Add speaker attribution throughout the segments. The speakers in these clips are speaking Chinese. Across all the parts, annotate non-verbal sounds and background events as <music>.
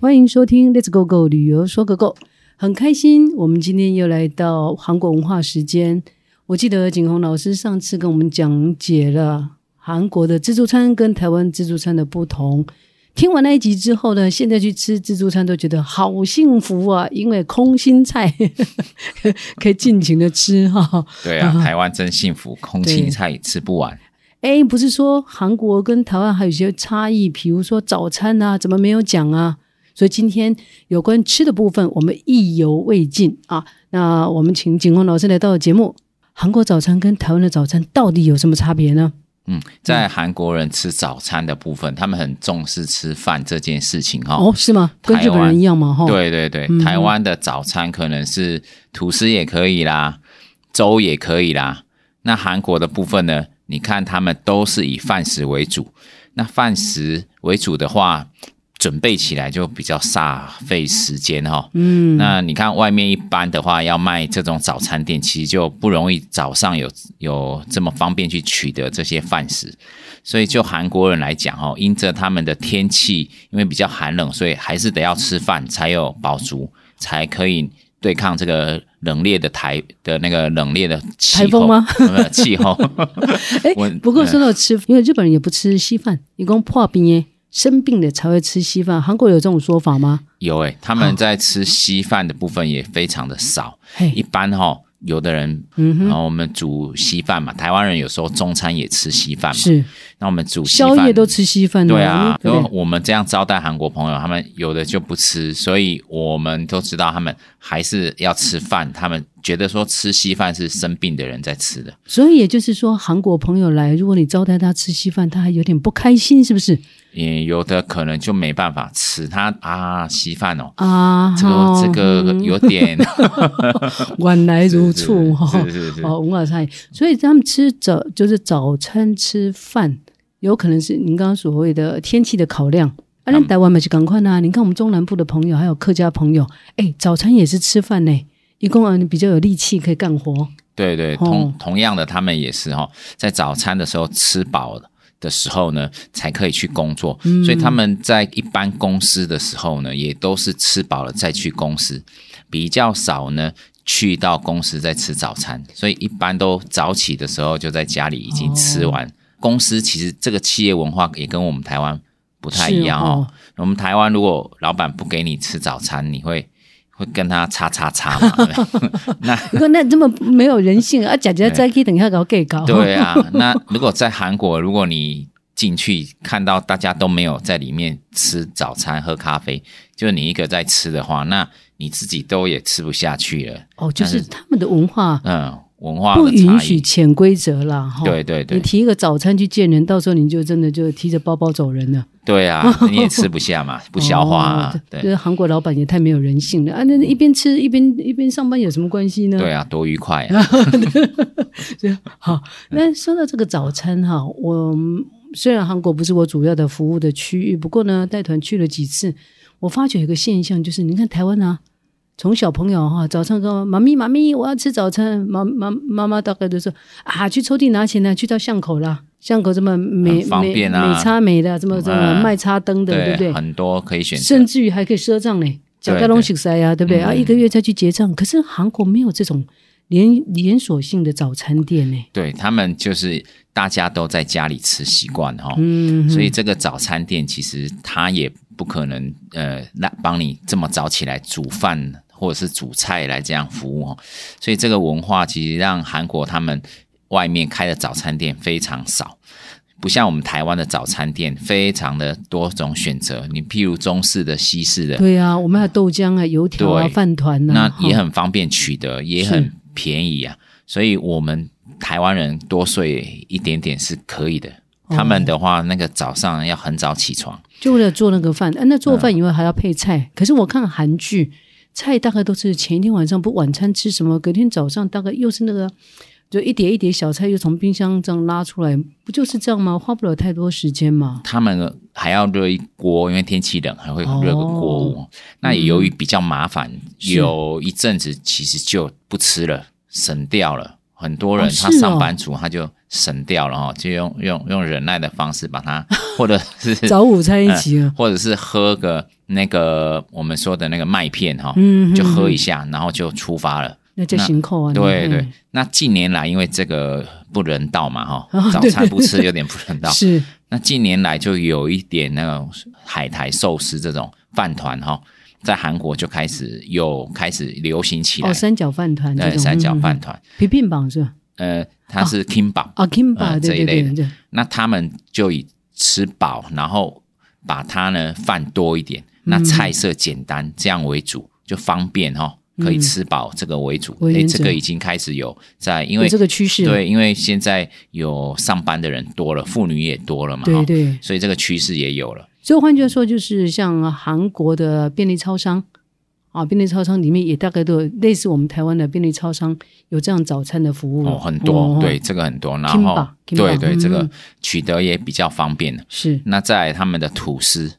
Speaker 1: 欢迎收听 Let's Go Go 旅游说个够，很开心，我们今天又来到韩国文化时间。我记得景洪老师上次跟我们讲解了韩国的自助餐跟台湾自助餐的不同。听完那一集之后呢，现在去吃自助餐都觉得好幸福啊，因为空心菜 <laughs> 可以尽情的吃哈、
Speaker 2: 对啊，台湾真幸福，空心菜吃不完。
Speaker 1: 哎，不是说韩国跟台湾还有一些差异，比如说早餐啊，怎么没有讲啊？所以今天有关吃的部分，我们意犹未尽啊。那我们请景洪老师来到节目，韩国早餐跟台湾的早餐到底有什么差别呢？
Speaker 2: 嗯，在韩国人吃早餐的部分，他们很重视吃饭这件事情哈、
Speaker 1: 哦，是吗？跟日本人一样嘛，哈。，
Speaker 2: 对对对，台湾的早餐可能是吐司也可以啦，粥也可以啦。那韩国的部分呢？你看他们都是以饭食为主，那饭食为主的话，准备起来就比较煞费时间哈、嗯，那你看外面一般的话，要卖这种早餐店，其实就不容易早上有有这么方便去取得这些饭食。所以就韩国人来讲哦，因着他们的天气，因为比较寒冷，所以还是得要吃饭才有饱足，才可以对抗这个冷冽的台的那个冷冽的气候
Speaker 1: 台风吗？
Speaker 2: <laughs> 没有气候。
Speaker 1: 哎
Speaker 2: 我，
Speaker 1: 不过说到吃，因为日本人也不吃稀饭，一共破冰耶，生病了才会吃稀饭。韩国有这种说法吗？
Speaker 2: 有诶、他们在吃稀饭的部分也非常的少。一
Speaker 1: 嘿，
Speaker 2: 般哈、有的人，嗯，然后我们煮稀饭嘛，台湾人有时候中餐也吃稀饭嘛，
Speaker 1: 是
Speaker 2: 那我们煮稀
Speaker 1: 宵
Speaker 2: 饭
Speaker 1: 夜都吃稀饭的，
Speaker 2: 对啊，因
Speaker 1: 对不
Speaker 2: 为
Speaker 1: 对
Speaker 2: 我们这样招待韩国朋友，他们有的就不吃，所以我们都知道他们还是要吃饭。他们觉得说吃稀饭是生病的人在吃的，
Speaker 1: 所以也就是说，韩国朋友来，如果你招待他吃稀饭，他还有点不开心，是不是
Speaker 2: 也有的可能就没办法吃他啊稀饭哦，
Speaker 1: 啊？
Speaker 2: 这个
Speaker 1: 哈
Speaker 2: 这个有
Speaker 1: <laughs>
Speaker 2: 点 <laughs>
Speaker 1: 原来如
Speaker 2: 是
Speaker 1: 此哈，
Speaker 2: 是是是
Speaker 1: 哦，文化差异，所以他们吃早就是早餐吃饭，有可能是您刚刚所谓的天气的考量。啊，那台湾嘛是赶快呐！你看我们中南部的朋友，还有客家朋友，哎，早餐也是吃饭呢，一共啊你比较有力气可以干活。
Speaker 2: 对对，
Speaker 1: 哦
Speaker 2: 同同样的，他们也是哦，在早餐的时候吃饱的时候呢，才可以去工作。所以他们在一般公司的时候呢，也都是吃饱了再去公司，比较少呢去到公司再吃早餐。所以一般都早起的时候就在家里已经吃完。公司其实这个企业文化也跟我们台湾不太一样哦。我们台湾如果老板不给你吃早餐，你会会跟他叉叉叉嘛？对不对
Speaker 1: 你看那这么没有人性啊！假假再去等一下搞 gay 搞，
Speaker 2: 对啊，那如果在韩国，如果你进去看到大家都没有在里面吃早餐、喝咖啡，就你一个在吃的话，那你自己都也吃不下去了。
Speaker 1: 哦，就是
Speaker 2: 但是
Speaker 1: 他们的文化
Speaker 2: 嗯，文化
Speaker 1: 不
Speaker 2: 的
Speaker 1: 允
Speaker 2: 差
Speaker 1: 许
Speaker 2: 异，
Speaker 1: 潜规则啦，哈。
Speaker 2: 对对
Speaker 1: 你
Speaker 2: 对
Speaker 1: 提一个早餐去见人，到时候你就真的就提着包包走人了，
Speaker 2: 对啊，你也吃不下嘛，不消
Speaker 1: <laughs>
Speaker 2: 化、
Speaker 1: 哦
Speaker 2: 啊，
Speaker 1: 对，
Speaker 2: 对
Speaker 1: 这韩国老板也太没有人性了啊！那一边吃一边一边上班有什么关系呢？
Speaker 2: 对啊，多愉快啊！
Speaker 1: 好，
Speaker 2: 嗯
Speaker 1: 那说到这个早餐哈，我虽然韩国不是我主要的服务的区域，不过呢，带团去了几次，我发觉有一个现象，就是你看台湾啊，从小朋友哈，早上跟我妈咪妈咪，我要吃早餐，妈妈妈妈大概都说啊，去抽屉拿钱呢、去到巷口啦，巷口这么美
Speaker 2: 很方便啊
Speaker 1: 美美差美的，这么这么
Speaker 2: 嗯
Speaker 1: 卖叉灯的，对不对？
Speaker 2: 很多可以选择
Speaker 1: 甚。至于还可以赊账嘞，
Speaker 2: 对嗯
Speaker 1: 假盖东西塞呀，对不对？啊，一个月再去结账，可是韩国没有这种连连锁性的早餐店呢。
Speaker 2: 对他们就是大家都在家里吃习惯哈、哦，
Speaker 1: 嗯，
Speaker 2: 所以这个早餐店其实它也不可能呃，那帮你这么早起来煮饭或者是煮菜来这样服务哦。所以这个文化其实让韩国他们外面开的早餐店非常少，不像我们台湾的早餐店非常的多种选择，你譬如中式的、西式的，
Speaker 1: 对啊，我们还有豆浆啊、油条啊、
Speaker 2: 对
Speaker 1: 饭团呐、
Speaker 2: 那
Speaker 1: 哈
Speaker 2: 也很方便取得，也很便宜啊。所以我们台湾人多睡一点点是可以的。
Speaker 1: 哦
Speaker 2: 他们的话，那个早上要很早起床。
Speaker 1: 就为了做那个饭。啊、那做
Speaker 2: 嗯
Speaker 1: 饭以外还要配菜，可是我看韩剧，菜大概都是前一天晚上不晚餐吃什么，隔天早上大概又是那个。就一碟一碟小菜，又从冰箱这样拉出来，不就是这样吗？花不了太多时间嘛。
Speaker 2: 他们还要热一锅，因为天气冷还会热个锅物。
Speaker 1: 哦
Speaker 2: 那也由于比较麻烦，
Speaker 1: 是
Speaker 2: 有一阵子其实就不吃了，省掉了。很多人
Speaker 1: 哦
Speaker 2: 他
Speaker 1: 是哦
Speaker 2: 上班族他就省掉了哦，就用用用忍耐的方式把它，或者是
Speaker 1: <laughs>
Speaker 2: 哎
Speaker 1: 早午餐一起啊，
Speaker 2: 或者是喝个那个我们说的那个麦片哈、
Speaker 1: 嗯，
Speaker 2: 就喝一
Speaker 1: 下，
Speaker 2: 下，然后就出发了。
Speaker 1: 那就行扣啊，
Speaker 2: 对
Speaker 1: 嗯
Speaker 2: 对，，那近年来因为这个不人道嘛哈、
Speaker 1: <laughs> 哦
Speaker 2: 早
Speaker 1: 对
Speaker 2: 餐不吃有点不人道。 <laughs>
Speaker 1: 是
Speaker 2: 那近年来就有一点那种海苔寿司这种饭团哈、在韩国就开始有开始流行起来
Speaker 1: 哦，，三角饭团这
Speaker 2: 对
Speaker 1: 种
Speaker 2: 三角
Speaker 1: 嗯
Speaker 2: 饭
Speaker 1: 嗯
Speaker 2: 团，
Speaker 1: 嗯皮聘榜是吧？
Speaker 2: 呃，它是 kimbap，、
Speaker 1: 啊，kimba
Speaker 2: 呃这
Speaker 1: 对
Speaker 2: 一
Speaker 1: 对
Speaker 2: 类
Speaker 1: 对
Speaker 2: 的
Speaker 1: 对，
Speaker 2: 那他们就以吃饱，然后把它呢饭多一
Speaker 1: 嗯
Speaker 2: 点，那菜色简单这样为主，就方便哈、
Speaker 1: 嗯
Speaker 2: 哦，可以吃饱这个为主。
Speaker 1: 为
Speaker 2: 诶
Speaker 1: 原
Speaker 2: 这
Speaker 1: 则
Speaker 2: 个已经开始有在，因
Speaker 1: 有
Speaker 2: 为
Speaker 1: 这个趋势，
Speaker 2: 对，因为现在有上班的人多了，妇女也多了嘛，
Speaker 1: 对
Speaker 2: 哈
Speaker 1: 对，
Speaker 2: 所以这个趋势也有了。
Speaker 1: 所以换句话说，就是像韩国的便利超商啊，便利超商里面也大概都有类似我们台湾的便利超商有这样早餐的服务了
Speaker 2: 哦，很多，
Speaker 1: 哦
Speaker 2: 对，这个很多，然后
Speaker 1: Kimbap，Kimbap，
Speaker 2: 对对，这个
Speaker 1: 嗯
Speaker 2: 取得也比较方便了。
Speaker 1: 是，
Speaker 2: 那再来他们的吐司，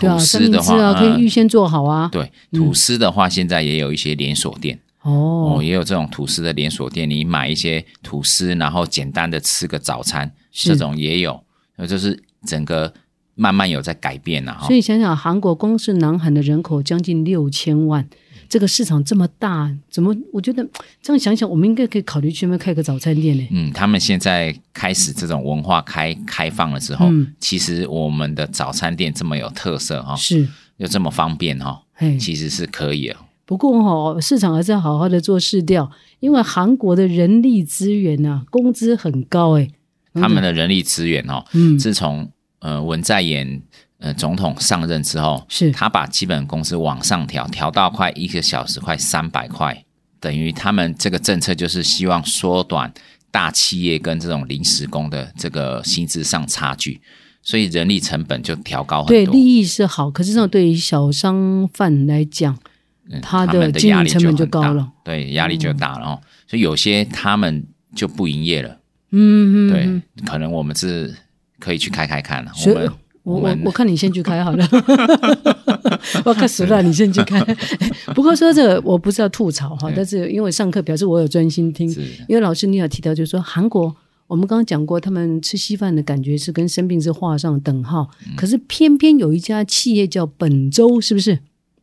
Speaker 1: 对啊，
Speaker 2: 吐
Speaker 1: 三
Speaker 2: 司
Speaker 1: 明
Speaker 2: 的
Speaker 1: 治
Speaker 2: 话，
Speaker 1: 啊可
Speaker 2: 嗯
Speaker 1: 以预先做好啊，
Speaker 2: 对，
Speaker 1: 嗯
Speaker 2: 吐司的话，现在也有一些连锁店哦
Speaker 1: 哦，
Speaker 2: 也有这种吐司的连锁店，你买一些吐司，然后简单的吃个早餐，
Speaker 1: 是
Speaker 2: 这种也有，那就是整个慢慢有在改变了哈
Speaker 1: 所。以想想韩国光是南韩的人口将近六千万。这个市场这么大，怎么？我觉得这样想想，我们应该可以考虑去那边开个早餐店呢。
Speaker 2: 嗯，他们现在开始这种文化开开放了之后，
Speaker 1: 嗯
Speaker 2: 其实我们的早餐店这么有特色哈、
Speaker 1: 是，
Speaker 2: 又这么方便哈、
Speaker 1: 哎，
Speaker 2: 其实是可以的。
Speaker 1: 不过哦，市场还是要好好的做市调，因为韩国的人力资源呐、工资很高哎。
Speaker 2: 他们的人力资源哦，
Speaker 1: 嗯
Speaker 2: 自从呃文在寅呃总统上任之后，
Speaker 1: 是
Speaker 2: 他把基本工资往上调，调到快一个小时快三百块，等于他们这个政策就是希望缩短大企业跟这种临时工的这个薪资上差距，所以人力成本就调高很
Speaker 1: 对
Speaker 2: 多，
Speaker 1: 利益是好，可是这样对于小商贩来讲，
Speaker 2: 嗯
Speaker 1: 他的
Speaker 2: 们
Speaker 1: 经营
Speaker 2: 压力
Speaker 1: 成本就
Speaker 2: 很大
Speaker 1: 高了，
Speaker 2: 对，压力就大了哦，所以有些他们就不营业了，
Speaker 1: 嗯，
Speaker 2: 对，
Speaker 1: 嗯，
Speaker 2: 可能我们是可以去开开看，啊我
Speaker 1: 所以
Speaker 2: 们。
Speaker 1: 我
Speaker 2: 我
Speaker 1: 我
Speaker 2: 们
Speaker 1: 我看你先去开好
Speaker 2: <laughs>
Speaker 1: 了，我看熟了，你先去开。不过说这个我不是要吐槽哈，
Speaker 2: 嗯
Speaker 1: 但是因为我上课表示我有专心听，
Speaker 2: 是
Speaker 1: 因为老师你有提到，就是说韩国，我们刚刚讲过，他们吃稀饭的感觉是跟生病是画上等号。
Speaker 2: 嗯
Speaker 1: 可是偏偏有一家企业叫本州，是不是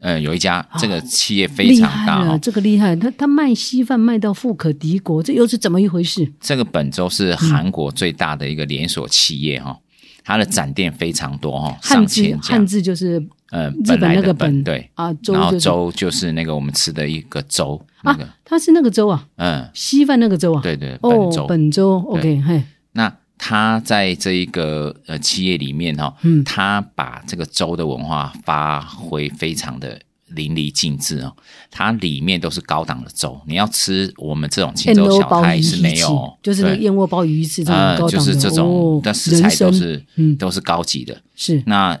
Speaker 2: 嗯，有一家这个企业非
Speaker 1: 啊厉
Speaker 2: 常
Speaker 1: 害
Speaker 2: 大
Speaker 1: 了？
Speaker 2: 哦，
Speaker 1: 这个厉害，啊他他卖稀饭卖到富可敌国，这又是怎么一回事？
Speaker 2: 这个本州
Speaker 1: 嗯
Speaker 2: 是韩国最大的一个连锁企业哈、哦，它的展店非常多哈、哦，
Speaker 1: 汉
Speaker 2: 上
Speaker 1: 字
Speaker 2: 千家
Speaker 1: 汉。字就是
Speaker 2: 呃，
Speaker 1: 本
Speaker 2: 本来
Speaker 1: 那个
Speaker 2: 的
Speaker 1: 本
Speaker 2: 对，
Speaker 1: 啊，州
Speaker 2: 然后
Speaker 1: 就是
Speaker 2: 粥就是那个我们吃的一个粥，那个
Speaker 1: 啊，它是那个州啊，
Speaker 2: 嗯，
Speaker 1: 稀饭那个州啊，
Speaker 2: 对对，本
Speaker 1: 哦
Speaker 2: 粥，。
Speaker 1: 本州
Speaker 2: 对
Speaker 1: ，OK，嘿，
Speaker 2: 那它在这一个呃企业里面哈、哦，
Speaker 1: 嗯
Speaker 2: 它把这个粥的文化发挥非常的淋漓尽致哦，它里面都是高档的粥，你要吃我们这种青
Speaker 1: 燕
Speaker 2: 州
Speaker 1: 窝
Speaker 2: 小
Speaker 1: 鲍鱼
Speaker 2: 菜
Speaker 1: 鱼
Speaker 2: 是
Speaker 1: 翅
Speaker 2: 没有哦，，
Speaker 1: 就是那个
Speaker 2: 对
Speaker 1: 燕窝鲍鱼鱼翅这种
Speaker 2: 啊，
Speaker 1: 高档的，
Speaker 2: 就是这
Speaker 1: 哦
Speaker 2: 种，但食材
Speaker 1: 人参
Speaker 2: 都是
Speaker 1: 嗯
Speaker 2: 都是高级的。
Speaker 1: 是
Speaker 2: 那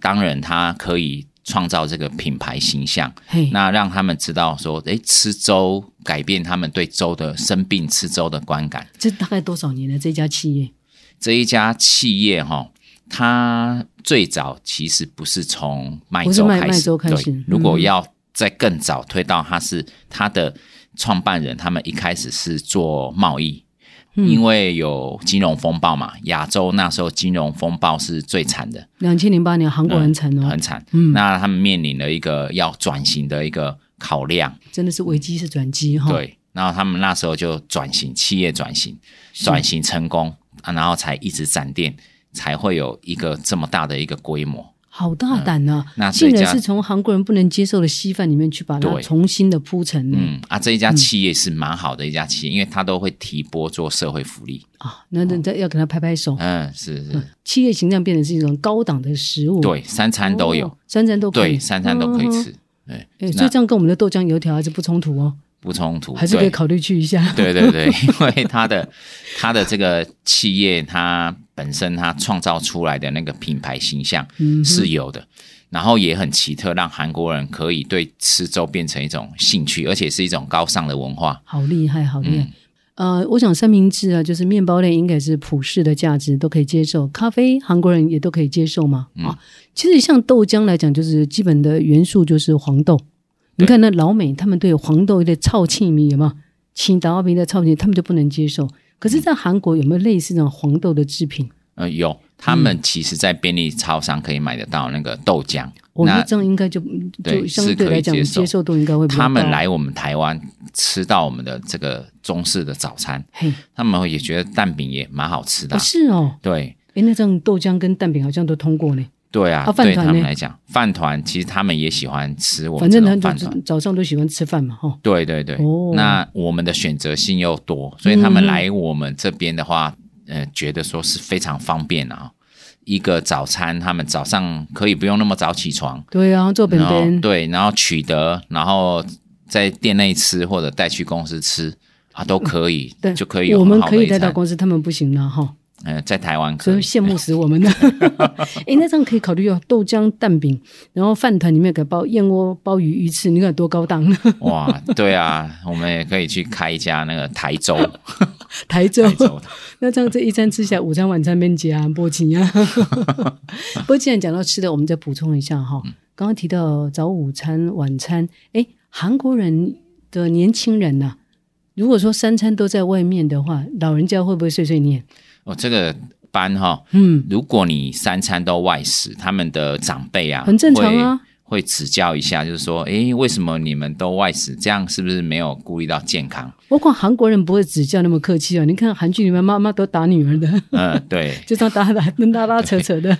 Speaker 2: 当然，它可以创造这个品牌形象，
Speaker 1: 嘿，
Speaker 2: 那让他们知道说，诶，吃粥改变他们对粥的生病吃粥的观感。
Speaker 1: 这大概多少年了？这家企业
Speaker 2: 这一家企业哈、它最早其实不是从卖
Speaker 1: 不是
Speaker 2: 粥
Speaker 1: 卖
Speaker 2: 开
Speaker 1: 卖
Speaker 2: 始，
Speaker 1: 粥开
Speaker 2: 对
Speaker 1: 始嗯
Speaker 2: 如果要再更早推到，它是它的创办人，他们一开始是做贸易。
Speaker 1: 嗯
Speaker 2: 因为有金融风暴嘛，亚洲那时候金融风暴是最惨的，
Speaker 1: 两千零八年韩国很惨哦，
Speaker 2: 很惨。那他们面临了一个要转型的一个考量，
Speaker 1: 真的是危机是转机哈。，
Speaker 2: 对。然后他们那时候就转型，企业转型，转型成功，啊然后才一直展店，才会有一个这么大的一个规模。
Speaker 1: 好大胆啊！
Speaker 2: 嗯那
Speaker 1: 竟
Speaker 2: 这
Speaker 1: 然
Speaker 2: 家
Speaker 1: 是从韩国人不能接受的稀饭里面去把它
Speaker 2: 对
Speaker 1: 重新的铺陈呢、
Speaker 2: 嗯啊，这一家企业是蛮好的一家企业，因为它都会提拨做社会福利。
Speaker 1: 啊！那那那要给他拍拍手，
Speaker 2: 嗯，是是，
Speaker 1: 企业形象变成是一种高档的食物，
Speaker 2: 对，三餐都有
Speaker 1: 哦，，三餐都可以，
Speaker 2: 对，三餐都可以
Speaker 1: 嗯。
Speaker 2: 吃。对，
Speaker 1: 哎，所
Speaker 2: 那
Speaker 1: 以这样跟我们的豆浆油条还是不冲突哦，
Speaker 2: 不冲突，
Speaker 1: 还是可以
Speaker 2: 对
Speaker 1: 考虑去一下。
Speaker 2: <laughs> 对对对，因为他的他的这个企业，它本身它创造出来的那个品牌形象
Speaker 1: 嗯哼
Speaker 2: 是有的，然后也很奇特，让韩国人可以对吃粥变成一种兴趣，而且是一种高尚的文化。
Speaker 1: 好厉害，好厉害
Speaker 2: 嗯！
Speaker 1: 呃，我想三明治啊，就是面包类应该是普世的价值都可以接受，咖啡韩国人也都可以接受嘛。
Speaker 2: 嗯
Speaker 1: 啊，其实像豆浆来讲，就是基本的元素就是黄豆。你
Speaker 2: 对
Speaker 1: 看那老美他们对黄豆的臭气米有没有？青岛米的臭气，他们就不能接受。可是，在韩国有没有类似那种黄豆的制品？
Speaker 2: 呃，有，他们
Speaker 1: 嗯
Speaker 2: 其实在便利超商可以买得到那个豆浆。
Speaker 1: 我觉
Speaker 2: 那
Speaker 1: 得这样应该就
Speaker 2: 对
Speaker 1: 就相
Speaker 2: 是
Speaker 1: 对
Speaker 2: 可以
Speaker 1: 来讲
Speaker 2: 接受
Speaker 1: 接受度应该会比较
Speaker 2: 他们
Speaker 1: 高，
Speaker 2: 来我们台湾吃到我们的这个中式的早餐，
Speaker 1: 嘿，
Speaker 2: 他们也觉得蛋饼也蛮好吃的
Speaker 1: 哦
Speaker 2: 啊、
Speaker 1: 是哦，
Speaker 2: 对
Speaker 1: 诶，那这样豆浆跟蛋饼好像都通过呢。
Speaker 2: 对啊，
Speaker 1: 啊饭
Speaker 2: 对
Speaker 1: 团
Speaker 2: 他们
Speaker 1: 呢
Speaker 2: 来讲，饭团其实他们也喜欢吃我
Speaker 1: 反
Speaker 2: 们这
Speaker 1: 正他
Speaker 2: 种
Speaker 1: 早
Speaker 2: 饭团。
Speaker 1: 早上都喜欢吃饭嘛，哈。
Speaker 2: 对对对，
Speaker 1: 哦
Speaker 2: 那我们的选择性又多，所以他们来我们这边的话，呃，觉得说是非常方便啊。一个早餐，他们早上可以不用那么早起床，
Speaker 1: 对啊，做本
Speaker 2: 然后
Speaker 1: 本，
Speaker 2: 对，然后取得，然后在店内吃或者带去公司吃啊，都可以，
Speaker 1: 嗯对，
Speaker 2: 就可以有
Speaker 1: 我
Speaker 2: 很
Speaker 1: 们
Speaker 2: 好
Speaker 1: 可
Speaker 2: 的
Speaker 1: 以
Speaker 2: 一
Speaker 1: 带到
Speaker 2: 餐。
Speaker 1: 公司，他们不行了哈，
Speaker 2: 嗯、在台湾
Speaker 1: 所以
Speaker 2: 可以，
Speaker 1: 羡慕死我们了。 <laughs> 哎，那这样可以考虑哦，豆浆、蛋饼，然后饭团里面给包燕窝、鲍鱼、鱼翅，你看多高档， <laughs>
Speaker 2: 哇，对啊，我们也可以去开一家那个
Speaker 1: <laughs>
Speaker 2: 台州
Speaker 1: 台州
Speaker 2: 台。州的，
Speaker 1: 那这样这一餐吃下来，午餐、晚餐边结啊，波奇啊。 <laughs> 不过既然讲到吃的，我们再补充一下哈。刚刚提到早午餐、晚餐，诶，韩国人的年轻人呐、如果说三餐都在外面的话，老人家会不会碎碎念？
Speaker 2: 哦，这个班哈、
Speaker 1: 嗯，
Speaker 2: 如果你三餐都外食，他们的长辈啊，
Speaker 1: 很正常啊
Speaker 2: 会，会指教一下，就是说，诶，为什么你们都外食？这样是不是没有顾虑到健
Speaker 1: <laughs>
Speaker 2: 康？
Speaker 1: 包括韩国人不会指教那么客气啊。你看韩剧里面妈妈都打女儿的， <laughs>
Speaker 2: 嗯，对，
Speaker 1: 就这样打打拉拉扯扯的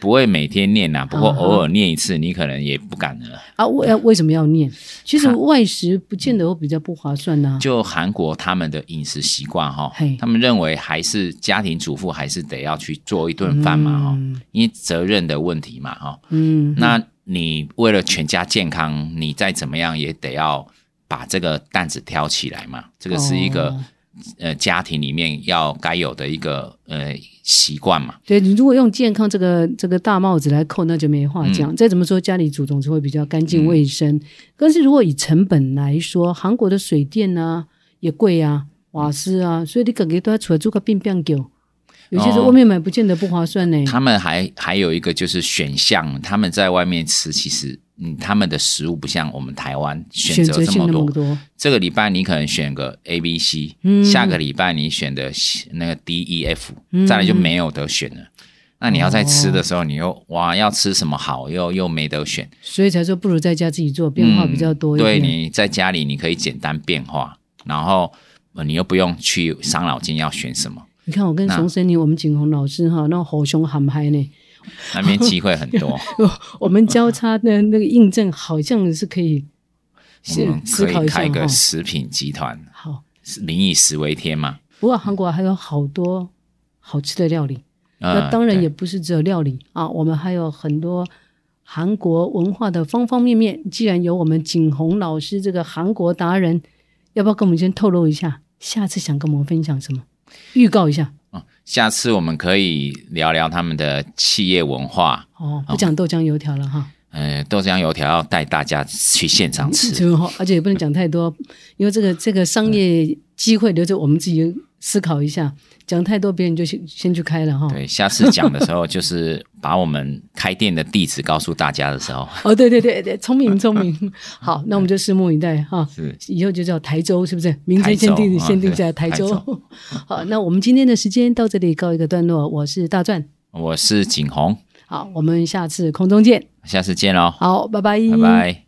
Speaker 2: 不会每天
Speaker 1: <laughs>
Speaker 2: 念呐、不过
Speaker 1: 啊哈
Speaker 2: 偶尔念一次，你可能也不敢了。
Speaker 1: 啊。为为什么要念？其实
Speaker 2: 看
Speaker 1: 外食不见得会比较不划算啊呐、
Speaker 2: 就韩国他们的饮食习惯哈
Speaker 1: 嘿，
Speaker 2: 他们认为还是家庭主妇还是得要去做一顿饭嘛哈，
Speaker 1: 嗯
Speaker 2: 因为责任的问题嘛哈。
Speaker 1: 嗯，
Speaker 2: 那你为了全家健康，你再怎么样也得要把这个担子挑起来嘛，这个是一个、
Speaker 1: 哦
Speaker 2: 呃家庭里面要该有的一个呃习惯嘛。
Speaker 1: 对你如果用健康这个这个大帽子来扣，那就没
Speaker 2: 嗯
Speaker 1: 话讲。再怎么说，家里煮总是会比较干净卫生。但是如果以成本来说，韩国的水电呢、也贵啊，
Speaker 2: 嗯
Speaker 1: 瓦斯啊，所以你感觉都要出来做个变变狗。有些时候
Speaker 2: 哦
Speaker 1: 外面买不见得不划算呢、
Speaker 2: 他们还还有一个就是选项，他们在外面吃，其实嗯，他们的食物不像我们台湾选
Speaker 1: 选
Speaker 2: 择
Speaker 1: 择
Speaker 2: 这
Speaker 1: 性
Speaker 2: 么
Speaker 1: 那
Speaker 2: 多
Speaker 1: 么。多，
Speaker 2: 这个礼拜你可能选个 A、B、C，、
Speaker 1: 嗯
Speaker 2: 下个礼拜你选的那个 D、E、F，再来
Speaker 1: 嗯
Speaker 2: 就没有得选了。那你要在吃
Speaker 1: 哦
Speaker 2: 的时候，你又哇要吃什么好，又又没得选，
Speaker 1: 所以才说不如在家自己做，变化比较多一
Speaker 2: 嗯对
Speaker 1: 点。
Speaker 2: 你在家里你可以简单变化，然后呃你又不用去伤脑筋要选什么，
Speaker 1: 你看我跟
Speaker 2: 那
Speaker 1: 熊森林，我们景洪老师哈，那吼熊喊嗨呢，哦
Speaker 2: 那边机会很
Speaker 1: <laughs>
Speaker 2: 多。
Speaker 1: 我们交叉的那个印证好像是可以。
Speaker 2: 我
Speaker 1: 是
Speaker 2: 们
Speaker 1: 思
Speaker 2: 可
Speaker 1: 考
Speaker 2: 以
Speaker 1: 一下
Speaker 2: 开一
Speaker 1: 哈
Speaker 2: 个食品集团，
Speaker 1: 好，
Speaker 2: 民以食为天嘛。
Speaker 1: 不过韩国还有好多好吃的料理，那
Speaker 2: 呃，
Speaker 1: 当然
Speaker 2: 对
Speaker 1: 也不是只有料理啊，我们还有很多韩国文化的方方面面。既然有我们景洪老师这个韩国达人，要不要跟我们先透露一下？下次想跟我们分享什么？预告一下
Speaker 2: 嗯下次我们可以聊聊他们的企业文化。
Speaker 1: 哦，不讲豆浆油条了哈，
Speaker 2: 呃，豆浆油条要带大家去现场吃。
Speaker 1: 就好，而且也不能讲太多，因为这个这个商业机会留着我们自己思考一下，讲太多别人就先先去开了哈。
Speaker 2: 对，下次讲的时候就是把我们开店的地址告诉大家的时候，
Speaker 1: <laughs> 哦，对对对对，聪明聪 <laughs> 明。好，那我们就拭目以待哈。
Speaker 2: 是
Speaker 1: 以后就叫台州，是不是？明天
Speaker 2: 台
Speaker 1: 先
Speaker 2: 州
Speaker 1: 定
Speaker 2: 啊
Speaker 1: 先定下来
Speaker 2: 对
Speaker 1: 台州
Speaker 2: 台。
Speaker 1: <laughs> 好，那我们今天的时间到这里告一个段落，我是大钻。
Speaker 2: 我是景宏，
Speaker 1: 好，我们下次空中见。
Speaker 2: 下次见喽，
Speaker 1: 好，拜拜，
Speaker 2: 拜拜。